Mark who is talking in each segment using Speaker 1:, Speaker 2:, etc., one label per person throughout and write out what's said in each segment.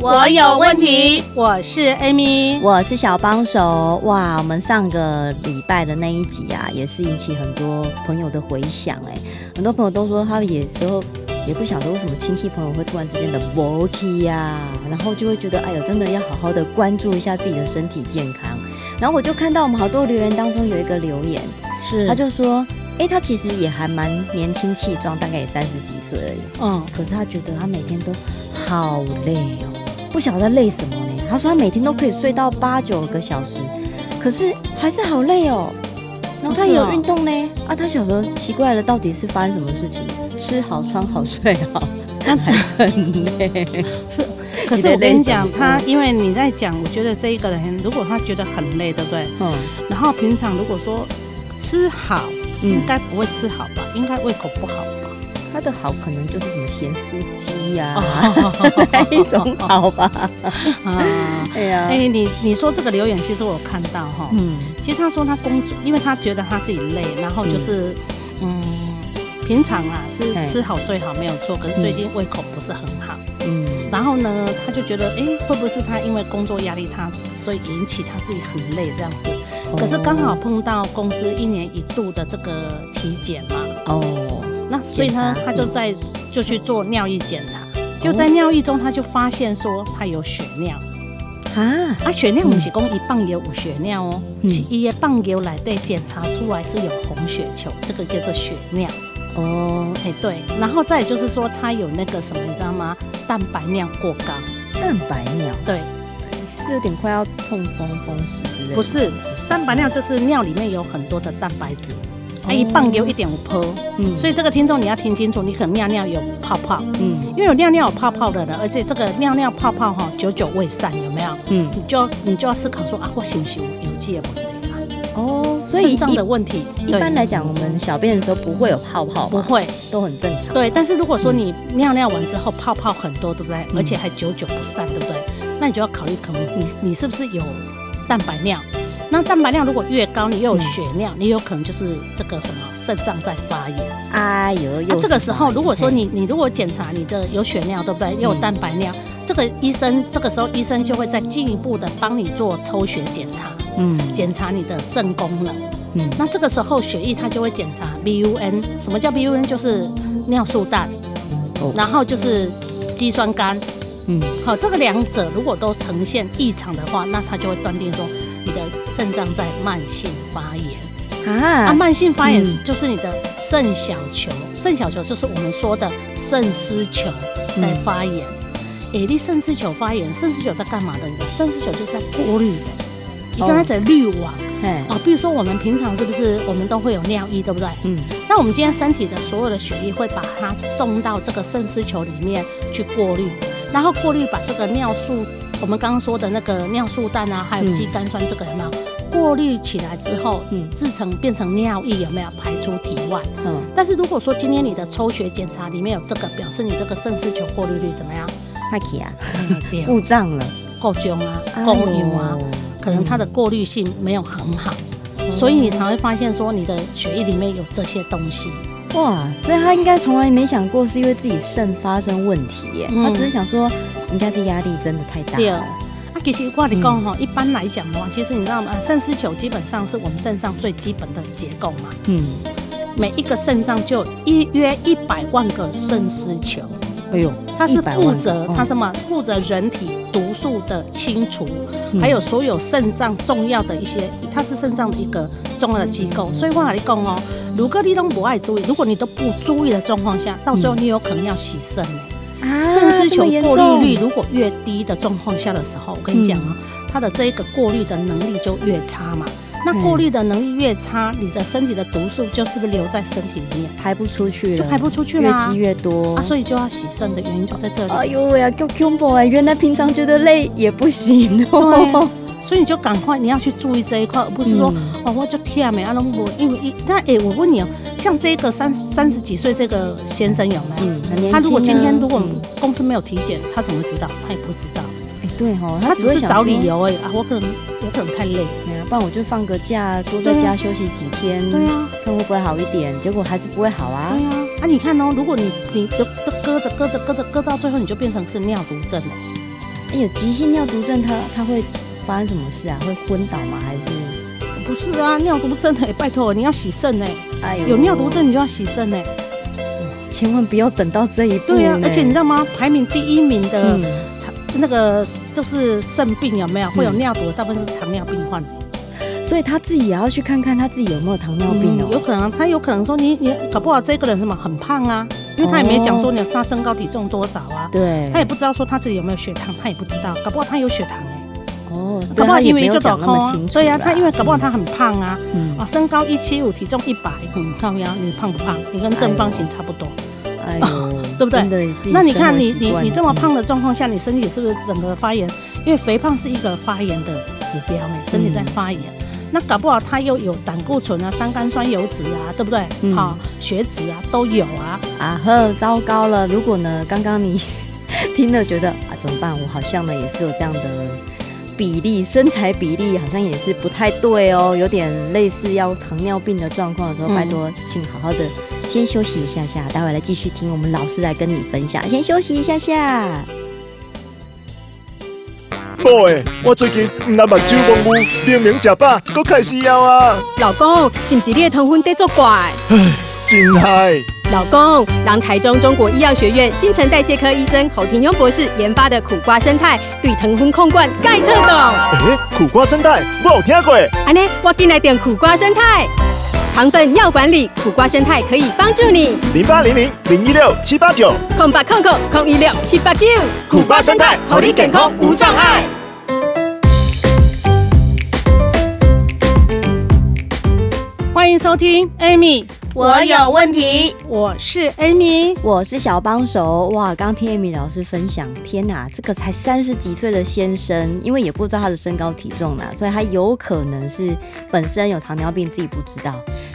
Speaker 1: 我有问题，
Speaker 2: 我是 Amy。
Speaker 1: 我是小帮手。哇，我们上个礼拜的那一集啊，也是引起很多朋友的回响。哎，很多朋友都说他们有时候也不晓得为什么亲戚朋友会突然之间的 b k 呀，然后就会觉得哎呦，真的要好好的关注一下自己的身体健康。然后我就看到我们好多留言当中有一个留言，
Speaker 2: 是
Speaker 1: 他就说，哎，他其实也还蛮年轻气壮，大概也三十几岁而已。
Speaker 2: 嗯，
Speaker 1: 可是他觉得他每天都好累哦，不晓得累什么呢？他说他每天都可以睡到八九个小时，可是还是好累哦。然后他
Speaker 2: 是哦
Speaker 1: 有运动呢，啊，他想说奇怪了，到底是发生什么事情？吃好、穿好、睡 好，但还是很累。
Speaker 2: 可
Speaker 1: 你
Speaker 2: 是
Speaker 1: 的
Speaker 2: 我跟
Speaker 1: 累
Speaker 2: 你
Speaker 1: 怎么
Speaker 2: 讲，
Speaker 1: 了
Speaker 2: 他因为你在讲，我觉得这一个人如果他觉得很累，对不对？
Speaker 1: 嗯
Speaker 2: 然后平常如果说吃好，应
Speaker 1: 嗯，
Speaker 2: 该不会吃好吧？应该胃口不好吧？
Speaker 1: 他的好可能就是什么咸酥鸡呀、
Speaker 2: 哦
Speaker 1: 那一种好 吧？
Speaker 2: 啊，
Speaker 1: 哎呀
Speaker 2: 哎，你你说这个留言，其实我有看到哈。
Speaker 1: 嗯
Speaker 2: 其实他说他工作，因为他觉得他自己累，然后就是嗯。平常啊是
Speaker 1: 哎
Speaker 2: 吃好睡好没有错，可是最近胃口不是很好，
Speaker 1: 嗯
Speaker 2: 然后呢，他就觉得，哎，会不会是他因为工作压力他，所以引起他自己很累这样子？
Speaker 1: 哦
Speaker 2: 可是刚好碰到公司一年一度的这个体检嘛，
Speaker 1: 哦，
Speaker 2: 那所以呢
Speaker 1: 检查，
Speaker 2: 他就在就去做尿液检查，就在尿液中他就发现说他有血尿，
Speaker 1: 啊，
Speaker 2: 啊，血尿不是讲一棒有有血尿哦，
Speaker 1: 嗯
Speaker 2: 是一的棒有来对检查出来是有红血球，这个叫做血尿，
Speaker 1: 哦，
Speaker 2: 哎对，然后再就是说他有那个什么，你知道吗？蛋白尿过高，
Speaker 1: 蛋白鸟。
Speaker 2: 对。
Speaker 1: 是有点快要痛风风湿之类的。
Speaker 2: 不是，蛋白尿就是尿里面有很多的蛋白质，它一棒流一点五泡，
Speaker 1: 哦嗯
Speaker 2: 所以这个听众你要听清楚，你可能尿尿有泡泡，
Speaker 1: 嗯
Speaker 2: 因为有尿尿有泡泡的人，而且这个尿尿泡泡哈、久久未散，有没有？
Speaker 1: 嗯
Speaker 2: 你就要你就要思考说啊，我行不行有这个问题啊？
Speaker 1: 哦，所以
Speaker 2: 肾脏的
Speaker 1: 一
Speaker 2: 问题，
Speaker 1: 一
Speaker 2: 对
Speaker 1: 般来讲，我们小便的时候不会有泡泡
Speaker 2: 不
Speaker 1: 吧？
Speaker 2: 会。
Speaker 1: 都很正常。
Speaker 2: 对，但是如果说你尿尿完之后泡泡很多，对不对？
Speaker 1: 嗯
Speaker 2: 而且还久久不散，对不对？那你就要考虑，可能你你是不是有蛋白尿？那蛋白量如果越高，你又有血
Speaker 1: 嗯
Speaker 2: 尿，你有可能就是这个什么肾脏在发炎。
Speaker 1: 哎呦，
Speaker 2: 那、
Speaker 1: 又
Speaker 2: 啊这个时候，
Speaker 1: 是
Speaker 2: 如果说
Speaker 1: 嘿嗯
Speaker 2: 你你如果检查你的有血尿，对不对？又有蛋白尿，这个医生这个时候医生就会再进一步的帮你做抽血检查，
Speaker 1: 嗯
Speaker 2: 检查你的肾功能。
Speaker 1: 嗯
Speaker 2: 那这个时候血液它就会检查 BUN，什么叫 BUN？就是尿素氮，
Speaker 1: 哦
Speaker 2: 然后就是肌酸酐。
Speaker 1: 嗯
Speaker 2: 好，这个两者如果都呈现异常的话，那它就会断定说你的肾脏在慢性发炎。啊，
Speaker 1: 啊
Speaker 2: 慢性发炎
Speaker 1: 嗯
Speaker 2: 就是你的肾小球，肾小球就是我们说的肾丝球在发炎。诶、你肾丝球发炎，肾丝球在干嘛的？你知道，肾丝球就是在过滤的，你刚才在滤网
Speaker 1: 嘿
Speaker 2: 哦，比如说我们平常是不是我们都会有尿液，对不对？
Speaker 1: 嗯
Speaker 2: 那我们今天身体的所有的血液会把它送到这个肾丝球里面去过滤，然后过滤把这个尿素，我们刚刚说的那个尿素氮啊，还有肌酐酸这个有没有？过滤起来之后，
Speaker 1: 嗯
Speaker 2: 制成变成尿液有没有排出体外？
Speaker 1: 嗯，
Speaker 2: 但是如果说今天你的抽血检查里面有这个，表示你这个肾丝球过滤率怎么样？
Speaker 1: 麦克啊，
Speaker 2: 对
Speaker 1: 故障了，
Speaker 2: 够重啊，
Speaker 1: 哎
Speaker 2: 够
Speaker 1: 呦
Speaker 2: 牛啊，可能它的过滤性没有很好，所以你才会发现说你的血液里面有这些东西。
Speaker 1: 嗯哇，所以他应该从来没想过是因为自己肾发生问题耶，
Speaker 2: 嗯
Speaker 1: 他只是想说应该是压力真的太大
Speaker 2: 对
Speaker 1: 了。
Speaker 2: 啊，其实我跟你讲
Speaker 1: 嗯
Speaker 2: 吼，一般来讲的话，其实你知道吗？肾丝球基本上是我们肾脏最基本的结构嘛，
Speaker 1: 嗯，
Speaker 2: 每一个肾脏就有一约一百万个肾丝球，
Speaker 1: 哎呦，
Speaker 2: 它是
Speaker 1: 100万
Speaker 2: 负责
Speaker 1: 嗯
Speaker 2: 它什么？负责人体毒素的清除，
Speaker 1: 嗯
Speaker 2: 还有所有肾脏重要的一些，它是肾脏的一个重要的机构。所以我跟你讲哦，如果你都不爱注意，如果你都不注意的状况下，到最后你有可能要洗肾欸
Speaker 1: 啊
Speaker 2: 肾丝球过滤，
Speaker 1: 这么严
Speaker 2: 率
Speaker 1: 重嗯
Speaker 2: 如果越低的状况下的时候，我跟你讲啊，它的这一个过滤的能力就越差嘛，那
Speaker 1: 嗯
Speaker 2: 过滤的能力越差，你的身体的毒素就是不是留在身体里面，
Speaker 1: 排不出去
Speaker 2: 就
Speaker 1: 了，
Speaker 2: 排不出去
Speaker 1: 啊越
Speaker 2: 啦、
Speaker 1: 积越多。
Speaker 2: 啊，所以就要洗肾的原因就在这里。
Speaker 1: 哎呦喂啊，够恐怖哎！原来平常觉得累也不行哦。
Speaker 2: 所以你就赶快你要去注意这一块，而不是说、
Speaker 1: 嗯
Speaker 2: 哦我就天没啊那我因为一那哎、我问你哦，像这个三三十几岁这个先生有没有？
Speaker 1: 嗯，很年轻啊。
Speaker 2: 他如果今天如果我们
Speaker 1: 嗯
Speaker 2: 公司没有体检，他怎么会知道？他也不会知道，
Speaker 1: 哎对哦，
Speaker 2: 他
Speaker 1: 只
Speaker 2: 只
Speaker 1: 会
Speaker 2: 是
Speaker 1: 想
Speaker 2: 找
Speaker 1: 说
Speaker 2: 理。由而已啊！我可能我可能太累，
Speaker 1: 哎呀不然我就放个假，多在
Speaker 2: 对啊
Speaker 1: 家休息几天，
Speaker 2: 对啊，
Speaker 1: 看会不会好一点。结果还是不会好啊
Speaker 2: 对。啊，啊你看哦，如果你你都都搁着搁着搁着搁到最后，你就变成是尿毒症了。啊
Speaker 1: 哎有急性尿毒症它它会发生什么事啊？会昏倒吗？还是
Speaker 2: 不是啊，尿毒症哎、拜托你要洗肾哎、
Speaker 1: 哎呦
Speaker 2: 有尿毒症你就要洗肾哎、
Speaker 1: 千万不要等到这一步呢。
Speaker 2: 对啊，而且你知道吗？排名第一名的、
Speaker 1: 嗯，
Speaker 2: 糖那个就是肾病有没有会有尿毒？大部分就是糖尿病患者
Speaker 1: 所以他自己也要去看看他自己有没有糖尿病
Speaker 2: 有
Speaker 1: 哦。
Speaker 2: 可能啊他有可能说你你搞不好这个人什么很胖啊，因为他也没讲说你他身高体重多少啊，
Speaker 1: 对
Speaker 2: 他，也不知道说他自己有没有血糖，他也不知道，搞不好他有血糖哎，
Speaker 1: 哦，
Speaker 2: 搞
Speaker 1: 对
Speaker 2: 不好
Speaker 1: 他也
Speaker 2: 因
Speaker 1: 没
Speaker 2: 为
Speaker 1: 有
Speaker 2: 这啊
Speaker 1: 讲那么清楚啦。
Speaker 2: 对呀、他因为搞不好他很胖啊，
Speaker 1: 嗯，
Speaker 2: 啊身高一七五，体重一百，嗯，靠呀，你胖不胖？你跟正方形差不多。
Speaker 1: 哎 呦，
Speaker 2: 啊对不对
Speaker 1: 真的自己
Speaker 2: 那你看
Speaker 1: 生活
Speaker 2: 你
Speaker 1: 习
Speaker 2: 你
Speaker 1: 惯
Speaker 2: 你
Speaker 1: 了
Speaker 2: 这么，胖的状况下，你身体是不是整个发炎？因为肥胖是一个发炎的指标哎，身体在发炎。
Speaker 1: 嗯
Speaker 2: 那搞不好他又有胆固醇啊、三甘酸油脂啊，对不对？好、
Speaker 1: 嗯
Speaker 2: 血脂啊都有啊。
Speaker 1: 嗯啊呵，糟糕了！如果呢，刚刚你 听了觉得啊怎么办？我好像呢也是有这样的比例，身材比例好像也是不太对哦，有点类似要糖尿病的状况的时候，
Speaker 2: 嗯
Speaker 1: 拜托请好好的先休息一下下，待会来继续听我们老师来跟你分享，先休息一下下。
Speaker 3: 某诶，我最近毋但目睭模糊，明明食饱，搁开始枵啊，
Speaker 4: 老公，是不是你的糖分在作怪？
Speaker 3: 真嗨！
Speaker 4: 老公，让台中中国医药学院新陈代谢科医生侯廷庸博士研发的苦瓜生态对糖分控管盖特懂。
Speaker 3: 诶、苦瓜生态，我有听过。
Speaker 4: 安尼，我进来点苦瓜生态，糖分要管理，苦瓜生态可以帮助你。
Speaker 3: 零八零零零一六七八九，
Speaker 4: 空八空空空一六七八九，
Speaker 3: 苦瓜生态让你健康无障碍。
Speaker 2: 欢迎收听 Amy，
Speaker 5: 我有问题。
Speaker 2: 我是 Amy。
Speaker 1: 我是小帮手，哇！刚听 Amy 老师分享，天哪，这个才三十几岁的先生，因为也不知道他的身高体重啦，所以他有可能是本身有糖尿病自己不知道，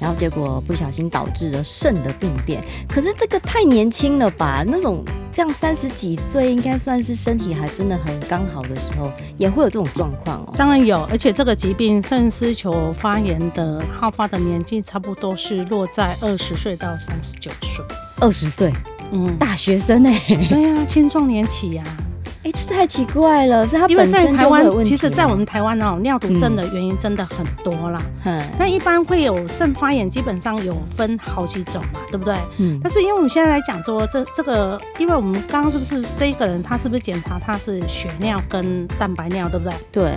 Speaker 1: 然后结果不小心导致了肾的病变。可是这个太年轻了吧？那种这样三十几岁，应该算是身体还真的很刚好的时候，也会有这种状况哦。
Speaker 2: 当然有，而且这个疾病肾丝球发炎的好发的年纪差不多是落在二十岁到三十九岁。
Speaker 1: 二十岁
Speaker 2: 嗯，
Speaker 1: 大学生哎、
Speaker 2: 对呀、青壮年起啊呀、
Speaker 1: 哎、这太奇怪了，是他
Speaker 2: 因为
Speaker 1: 本
Speaker 2: 在
Speaker 1: 身
Speaker 2: 台
Speaker 1: 就会有问
Speaker 2: 湾，
Speaker 1: 题。
Speaker 2: 其
Speaker 1: 啊
Speaker 2: 实，在我们台湾哦，尿毒症的原因真的很多啦。
Speaker 1: 嗯
Speaker 2: 那一般会有肾发炎，基本上有分好几种嘛，对不对？
Speaker 1: 嗯
Speaker 2: 但是因为我们现在来讲说，这这个，因为我们刚刚是不是这一个人他是不是检查他是血尿跟蛋白尿，对不对？
Speaker 1: 对。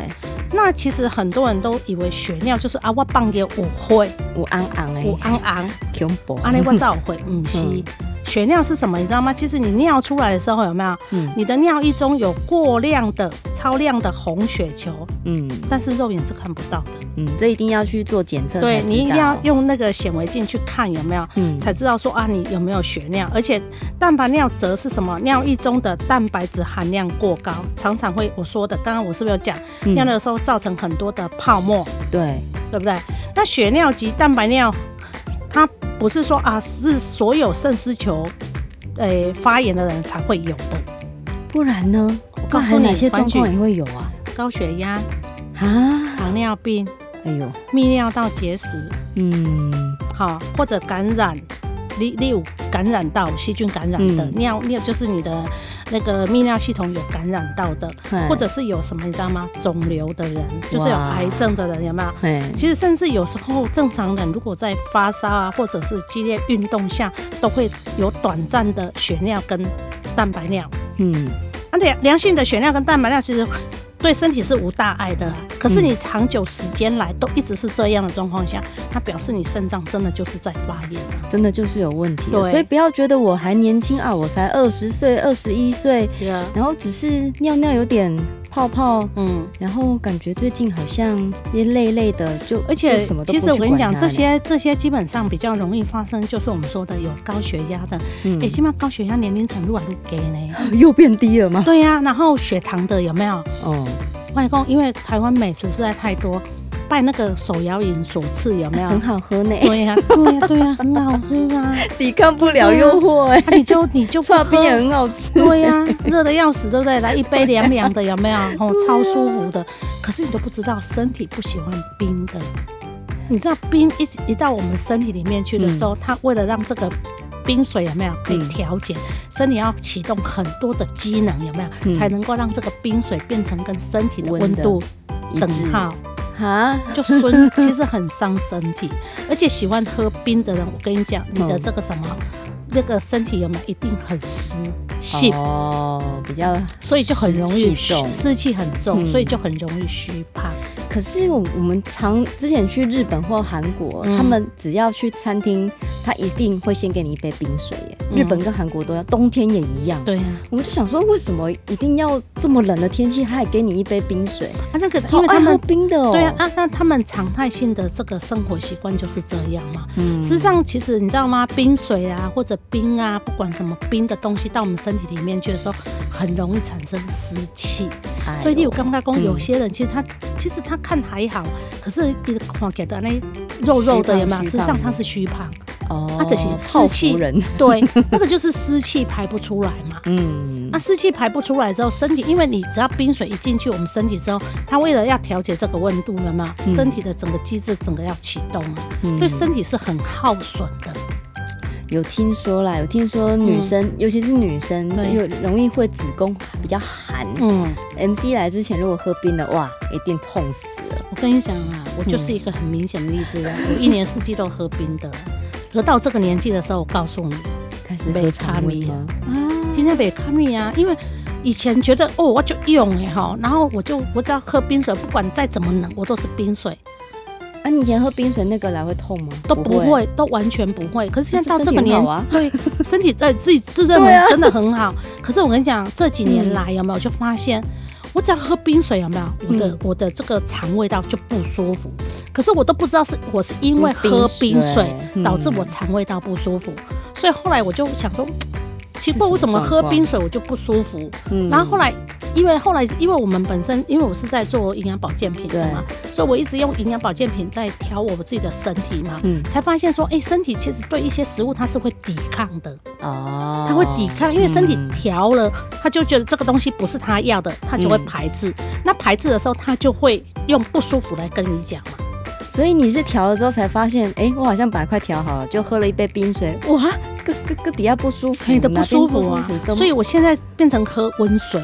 Speaker 2: 那其实很多人都以为血尿就是啊，我放给我会，
Speaker 1: 有昂昂哎，
Speaker 2: 我昂昂，
Speaker 1: 恐怖，
Speaker 2: 啊那我照会，嗯是。血尿是什么？你知道吗？其实你尿出来的时候有没有？
Speaker 1: 嗯
Speaker 2: 你的尿液中有过量的、超量的红血球，
Speaker 1: 嗯
Speaker 2: 但是肉眼是看不到的。
Speaker 1: 嗯，这一定要去做检测，
Speaker 2: 对你一定要，用那个显微镜去看有没有。
Speaker 1: 嗯，
Speaker 2: 才知道说啊，你有没有血尿？而且蛋白尿则是什么？尿液中的蛋白质含量过高，常常会我说的，刚刚我是不是有讲，
Speaker 1: 嗯
Speaker 2: 尿尿的时候造成很多的泡沫，
Speaker 1: 对，
Speaker 2: 对不对？那血尿及蛋白尿，它不是说啊是所有肾丝球，诶、发炎的人才会有的，
Speaker 1: 不然呢？我
Speaker 2: 告诉你
Speaker 1: 哪些状
Speaker 2: 反
Speaker 1: 况
Speaker 2: 举
Speaker 1: 也会有啊
Speaker 2: 高血压、
Speaker 1: 啊，
Speaker 2: 糖尿病、
Speaker 1: 哎呦，
Speaker 2: 泌尿道结石，
Speaker 1: 嗯
Speaker 2: 好，或者感染，你你有感染到细菌感染的、
Speaker 1: 嗯
Speaker 2: 尿尿，就是你的那个泌尿系统有感染到的，
Speaker 1: 嘿
Speaker 2: 或者是有什么你知道吗？肿瘤的人，就是有
Speaker 1: 哇
Speaker 2: 癌症的人，有没有？
Speaker 1: 哎，
Speaker 2: 其实甚至有时候正常人如果在发烧啊，或者是激烈运动下，都会有短暂的血尿跟蛋白尿。
Speaker 1: 嗯
Speaker 2: 啊，良良性的血尿跟蛋白尿其实对身体是无大碍的啦。可是你长久时间来都一直是这样的状况下，它表示你肾脏真的就是在发炎啊。
Speaker 1: 真的就是有问题了，
Speaker 2: 对
Speaker 1: 所以不要觉得我还年轻啊，我才二十岁、二十一岁，
Speaker 2: 对啊，
Speaker 1: 然后只是尿尿有点泡泡，
Speaker 2: 嗯，
Speaker 1: 然后感觉最近好像也累累的，就
Speaker 2: 而
Speaker 1: 就
Speaker 2: 且
Speaker 1: 什么都
Speaker 2: 其
Speaker 1: 不
Speaker 2: 实我
Speaker 1: 去
Speaker 2: 跟你讲，
Speaker 1: 管它
Speaker 2: 这
Speaker 1: 了，
Speaker 2: 些这些基本上比较容易发生，就是我们说的有高血压的，
Speaker 1: 嗯
Speaker 2: 哎、起码高血压年龄层越来越低呢。
Speaker 1: 又变低了吗？
Speaker 2: 对呀、然后血糖的有没有？
Speaker 1: 哦，
Speaker 2: 外公，因为台湾美食实在太多，拜那个手摇饮所赐，有没有？
Speaker 1: 很好喝呢，
Speaker 2: 对呀、对呀、对呀、很好喝啊！
Speaker 1: 抵抗不了诱惑哎，
Speaker 2: 啊你就你就不
Speaker 1: 刨冰
Speaker 2: 喝
Speaker 1: 也很好吃，
Speaker 2: 对呀、热的要死，对不对？来一杯凉凉的，有没有？哦，超舒服的。可是你都不知道，身体不喜欢冰的。你知道冰一一到我们身体里面去的时
Speaker 1: 嗯
Speaker 2: 候，它为了让这个冰水有没有可以调节，身体要启动很多的机能，有没有？
Speaker 1: 嗯
Speaker 2: 才能够让这个冰水变成跟身体的温度
Speaker 1: 一
Speaker 2: 等
Speaker 1: 致
Speaker 2: 号。
Speaker 1: 哈，
Speaker 2: 就酸，其实很伤身体，而且喜欢喝冰的人，我跟你讲，你的
Speaker 1: 嗯
Speaker 2: 这个什么，那个身体有没有一定很湿性，
Speaker 1: 哦，比较
Speaker 2: 所以就很容易
Speaker 1: 湿气
Speaker 2: 虚
Speaker 1: 重
Speaker 2: 湿气很重，
Speaker 1: 嗯
Speaker 2: 所以就很容易虚胖。
Speaker 1: 可是我我们常之前去日本或韩国，
Speaker 2: 嗯
Speaker 1: 他们只要去餐厅，他一定会先给你一杯冰水
Speaker 2: 嗯
Speaker 1: 耶。日本跟韩国都要，冬天也一样。
Speaker 2: 对啊呀、
Speaker 1: 我们就想说，为什么一定要这么冷的天气，他还给你一杯冰水？
Speaker 2: 啊，那个因
Speaker 1: 好
Speaker 2: 为
Speaker 1: 爱
Speaker 2: 他
Speaker 1: 喝
Speaker 2: 们。
Speaker 1: 冰的哦。
Speaker 2: 对啊，啊，那他们常态性的这个生活习惯就是这样嘛。
Speaker 1: 嗯，
Speaker 2: 事实上，其实你知道吗？冰水啊，或者冰啊，不管什么冰的东西到我们身体里面去的时候，很容易产生湿气。
Speaker 1: 哎呦
Speaker 2: 所以你有感觉讲，
Speaker 1: 嗯
Speaker 2: 有些人其实他、其实他看还好，可是你看起来那肉肉的有没有？
Speaker 1: 虚
Speaker 2: 实
Speaker 1: 胖
Speaker 2: 际上他是虚胖，
Speaker 1: 哦，
Speaker 2: 啊就是湿
Speaker 1: 泡
Speaker 2: 气
Speaker 1: 芙人。
Speaker 2: 对， 那个就是湿气排不出来嘛。
Speaker 1: 嗯
Speaker 2: 那，湿气排不出来之后，身体因为你只要冰水一进去我们身体之后，它为了要调节这个温度了嘛，
Speaker 1: 嗯
Speaker 2: 身体的整个机制整个要启动啊，
Speaker 1: 嗯
Speaker 2: 对身体是很耗损的。
Speaker 1: 有听说啦，有听说女生，尤其是女生，
Speaker 2: 嗯对
Speaker 1: 又容易会子宫比较寒。
Speaker 2: 嗯，
Speaker 1: MC 来之前如果喝冰的，哇，一定痛死了。
Speaker 2: 我跟你讲啊，我就是一个很明显的例子啊，
Speaker 1: 嗯
Speaker 2: 我一年四季都喝冰的。啊可到这个年纪的时候，我告诉你，
Speaker 1: 开始
Speaker 2: 没
Speaker 1: 喝常温
Speaker 2: 差啊
Speaker 1: 吗？
Speaker 2: 今天北康利啊，因为以前觉得哦，我就用哎哈，然后我就我只要喝冰水，不管再怎么冷，我都是冰水，
Speaker 1: 啊，你以前喝冰水那个来会痛吗？
Speaker 2: 都不会，都完全不会。可是现在到这个
Speaker 1: 那是身体
Speaker 2: 年
Speaker 1: 很好啊，
Speaker 2: 对，身体在自己自认
Speaker 1: 对
Speaker 2: 为
Speaker 1: 啊嗯
Speaker 2: 真的很好。可是我跟你讲，这几年来有没有我就发现。我只要喝冰水，有没有？我的、
Speaker 1: 嗯
Speaker 2: 我的这个肠胃道就不舒服，可是我都不知道是我是因为喝冰
Speaker 1: 冰
Speaker 2: 水
Speaker 1: 水嗯
Speaker 2: 导致我肠胃道不舒服，所以后来我就想说，奇怪，我怎么
Speaker 1: 是
Speaker 2: 喝
Speaker 1: 什么状况
Speaker 2: 冰水我就不舒服？
Speaker 1: 嗯
Speaker 2: 然后后来，因为后来因为我们本身，因为我是在做营养保健品的嘛，所以我一直用营养保健品在调我们自己的身体嘛，
Speaker 1: 嗯
Speaker 2: 才发现说，哎，身体其实对一些食物它是会抵抗的，
Speaker 1: 哦，
Speaker 2: 它会抵抗，因为身体
Speaker 1: 嗯
Speaker 2: 调了，它就觉得这个东西不是它要的，它就会
Speaker 1: 嗯
Speaker 2: 排斥。那排斥的时候，它就会用不舒服来跟你讲嘛。
Speaker 1: 所以你是调了之后才发现，哎、我好像把快调好了，就喝了一杯冰水，哇，个个个底下不舒服，
Speaker 2: 你的
Speaker 1: 哪
Speaker 2: 不
Speaker 1: 边
Speaker 2: 舒服啊
Speaker 1: 都，
Speaker 2: 所以我现在变成喝温水，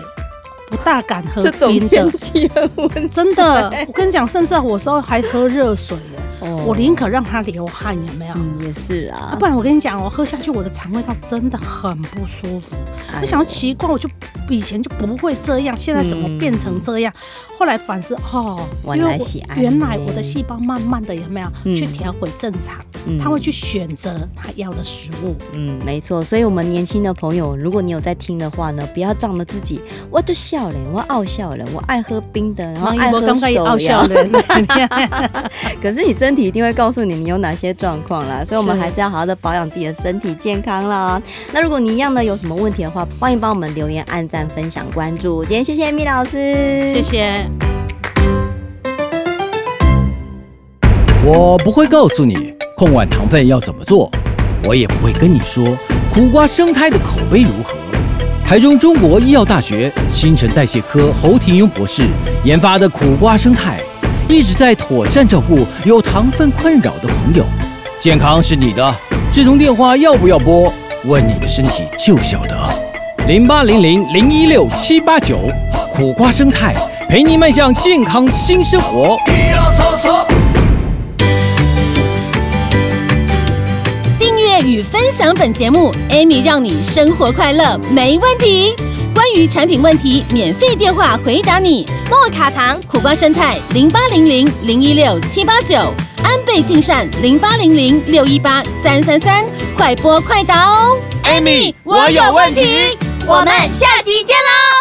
Speaker 2: 不大敢喝
Speaker 1: 这种
Speaker 2: 冰
Speaker 1: 天
Speaker 2: 的，
Speaker 1: 气很温
Speaker 2: 真的。我跟你讲，甚至我有时候还喝热水耶。
Speaker 1: 哦
Speaker 2: 我宁可让它流汗，有没有？
Speaker 1: 嗯也是啊，
Speaker 2: 啊，不然我跟你讲，我喝下去我的肠胃道真的很不舒服。
Speaker 1: 哎呦
Speaker 2: 我想要奇怪，我就以前就不会这样，现在怎么变成这样？后来反思哦，
Speaker 1: 晚
Speaker 2: 因为
Speaker 1: 嗯来
Speaker 2: 我
Speaker 1: 喜安
Speaker 2: 原来我
Speaker 1: 呢
Speaker 2: 的细胞慢慢的有没有、
Speaker 1: 嗯
Speaker 2: 去调回正常？
Speaker 1: 嗯
Speaker 2: 它会去选择它要的食物。
Speaker 1: 嗯，没错，所以我们年轻的朋友，如果你有在听的话呢，不要仗着自己，我就笑脸，我傲笑脸，我爱喝冰的，然后爱喝
Speaker 2: 刚
Speaker 1: 手
Speaker 2: 刚也傲笑
Speaker 1: 摇，
Speaker 2: 人，
Speaker 1: 可是你身体一定会告诉你你有哪些状况啦，所以我们
Speaker 2: 是
Speaker 1: 还是要好好的保养自己的身体健康啦。那如果你一样的有什么问题的话，欢迎帮我们留言、按赞、分享、关注。今天谢谢米老师，
Speaker 2: 谢谢。
Speaker 6: 我不会告诉你控管糖分要怎么做，我也不会跟你说苦瓜生态的口碑如何。台中中国医药大学新陈代谢科侯廷庸博士研发的苦瓜生态，一直在妥善照顾有糖分困扰的朋友。健康是你的，这通电话要不要拨？问你的身体就晓得。零八零零零一六七八九，苦瓜生态陪您迈向健康新生活。
Speaker 4: 订阅与分享本节目，Amy 让你生活快乐没问题。关于产品问题，免费电话回答你。莫卡糖苦瓜生态零八零零零一六七八九，安倍晋善零八零零六一八三三三，快播快答哦。Amy，我有问题。
Speaker 5: 我们下集见喽！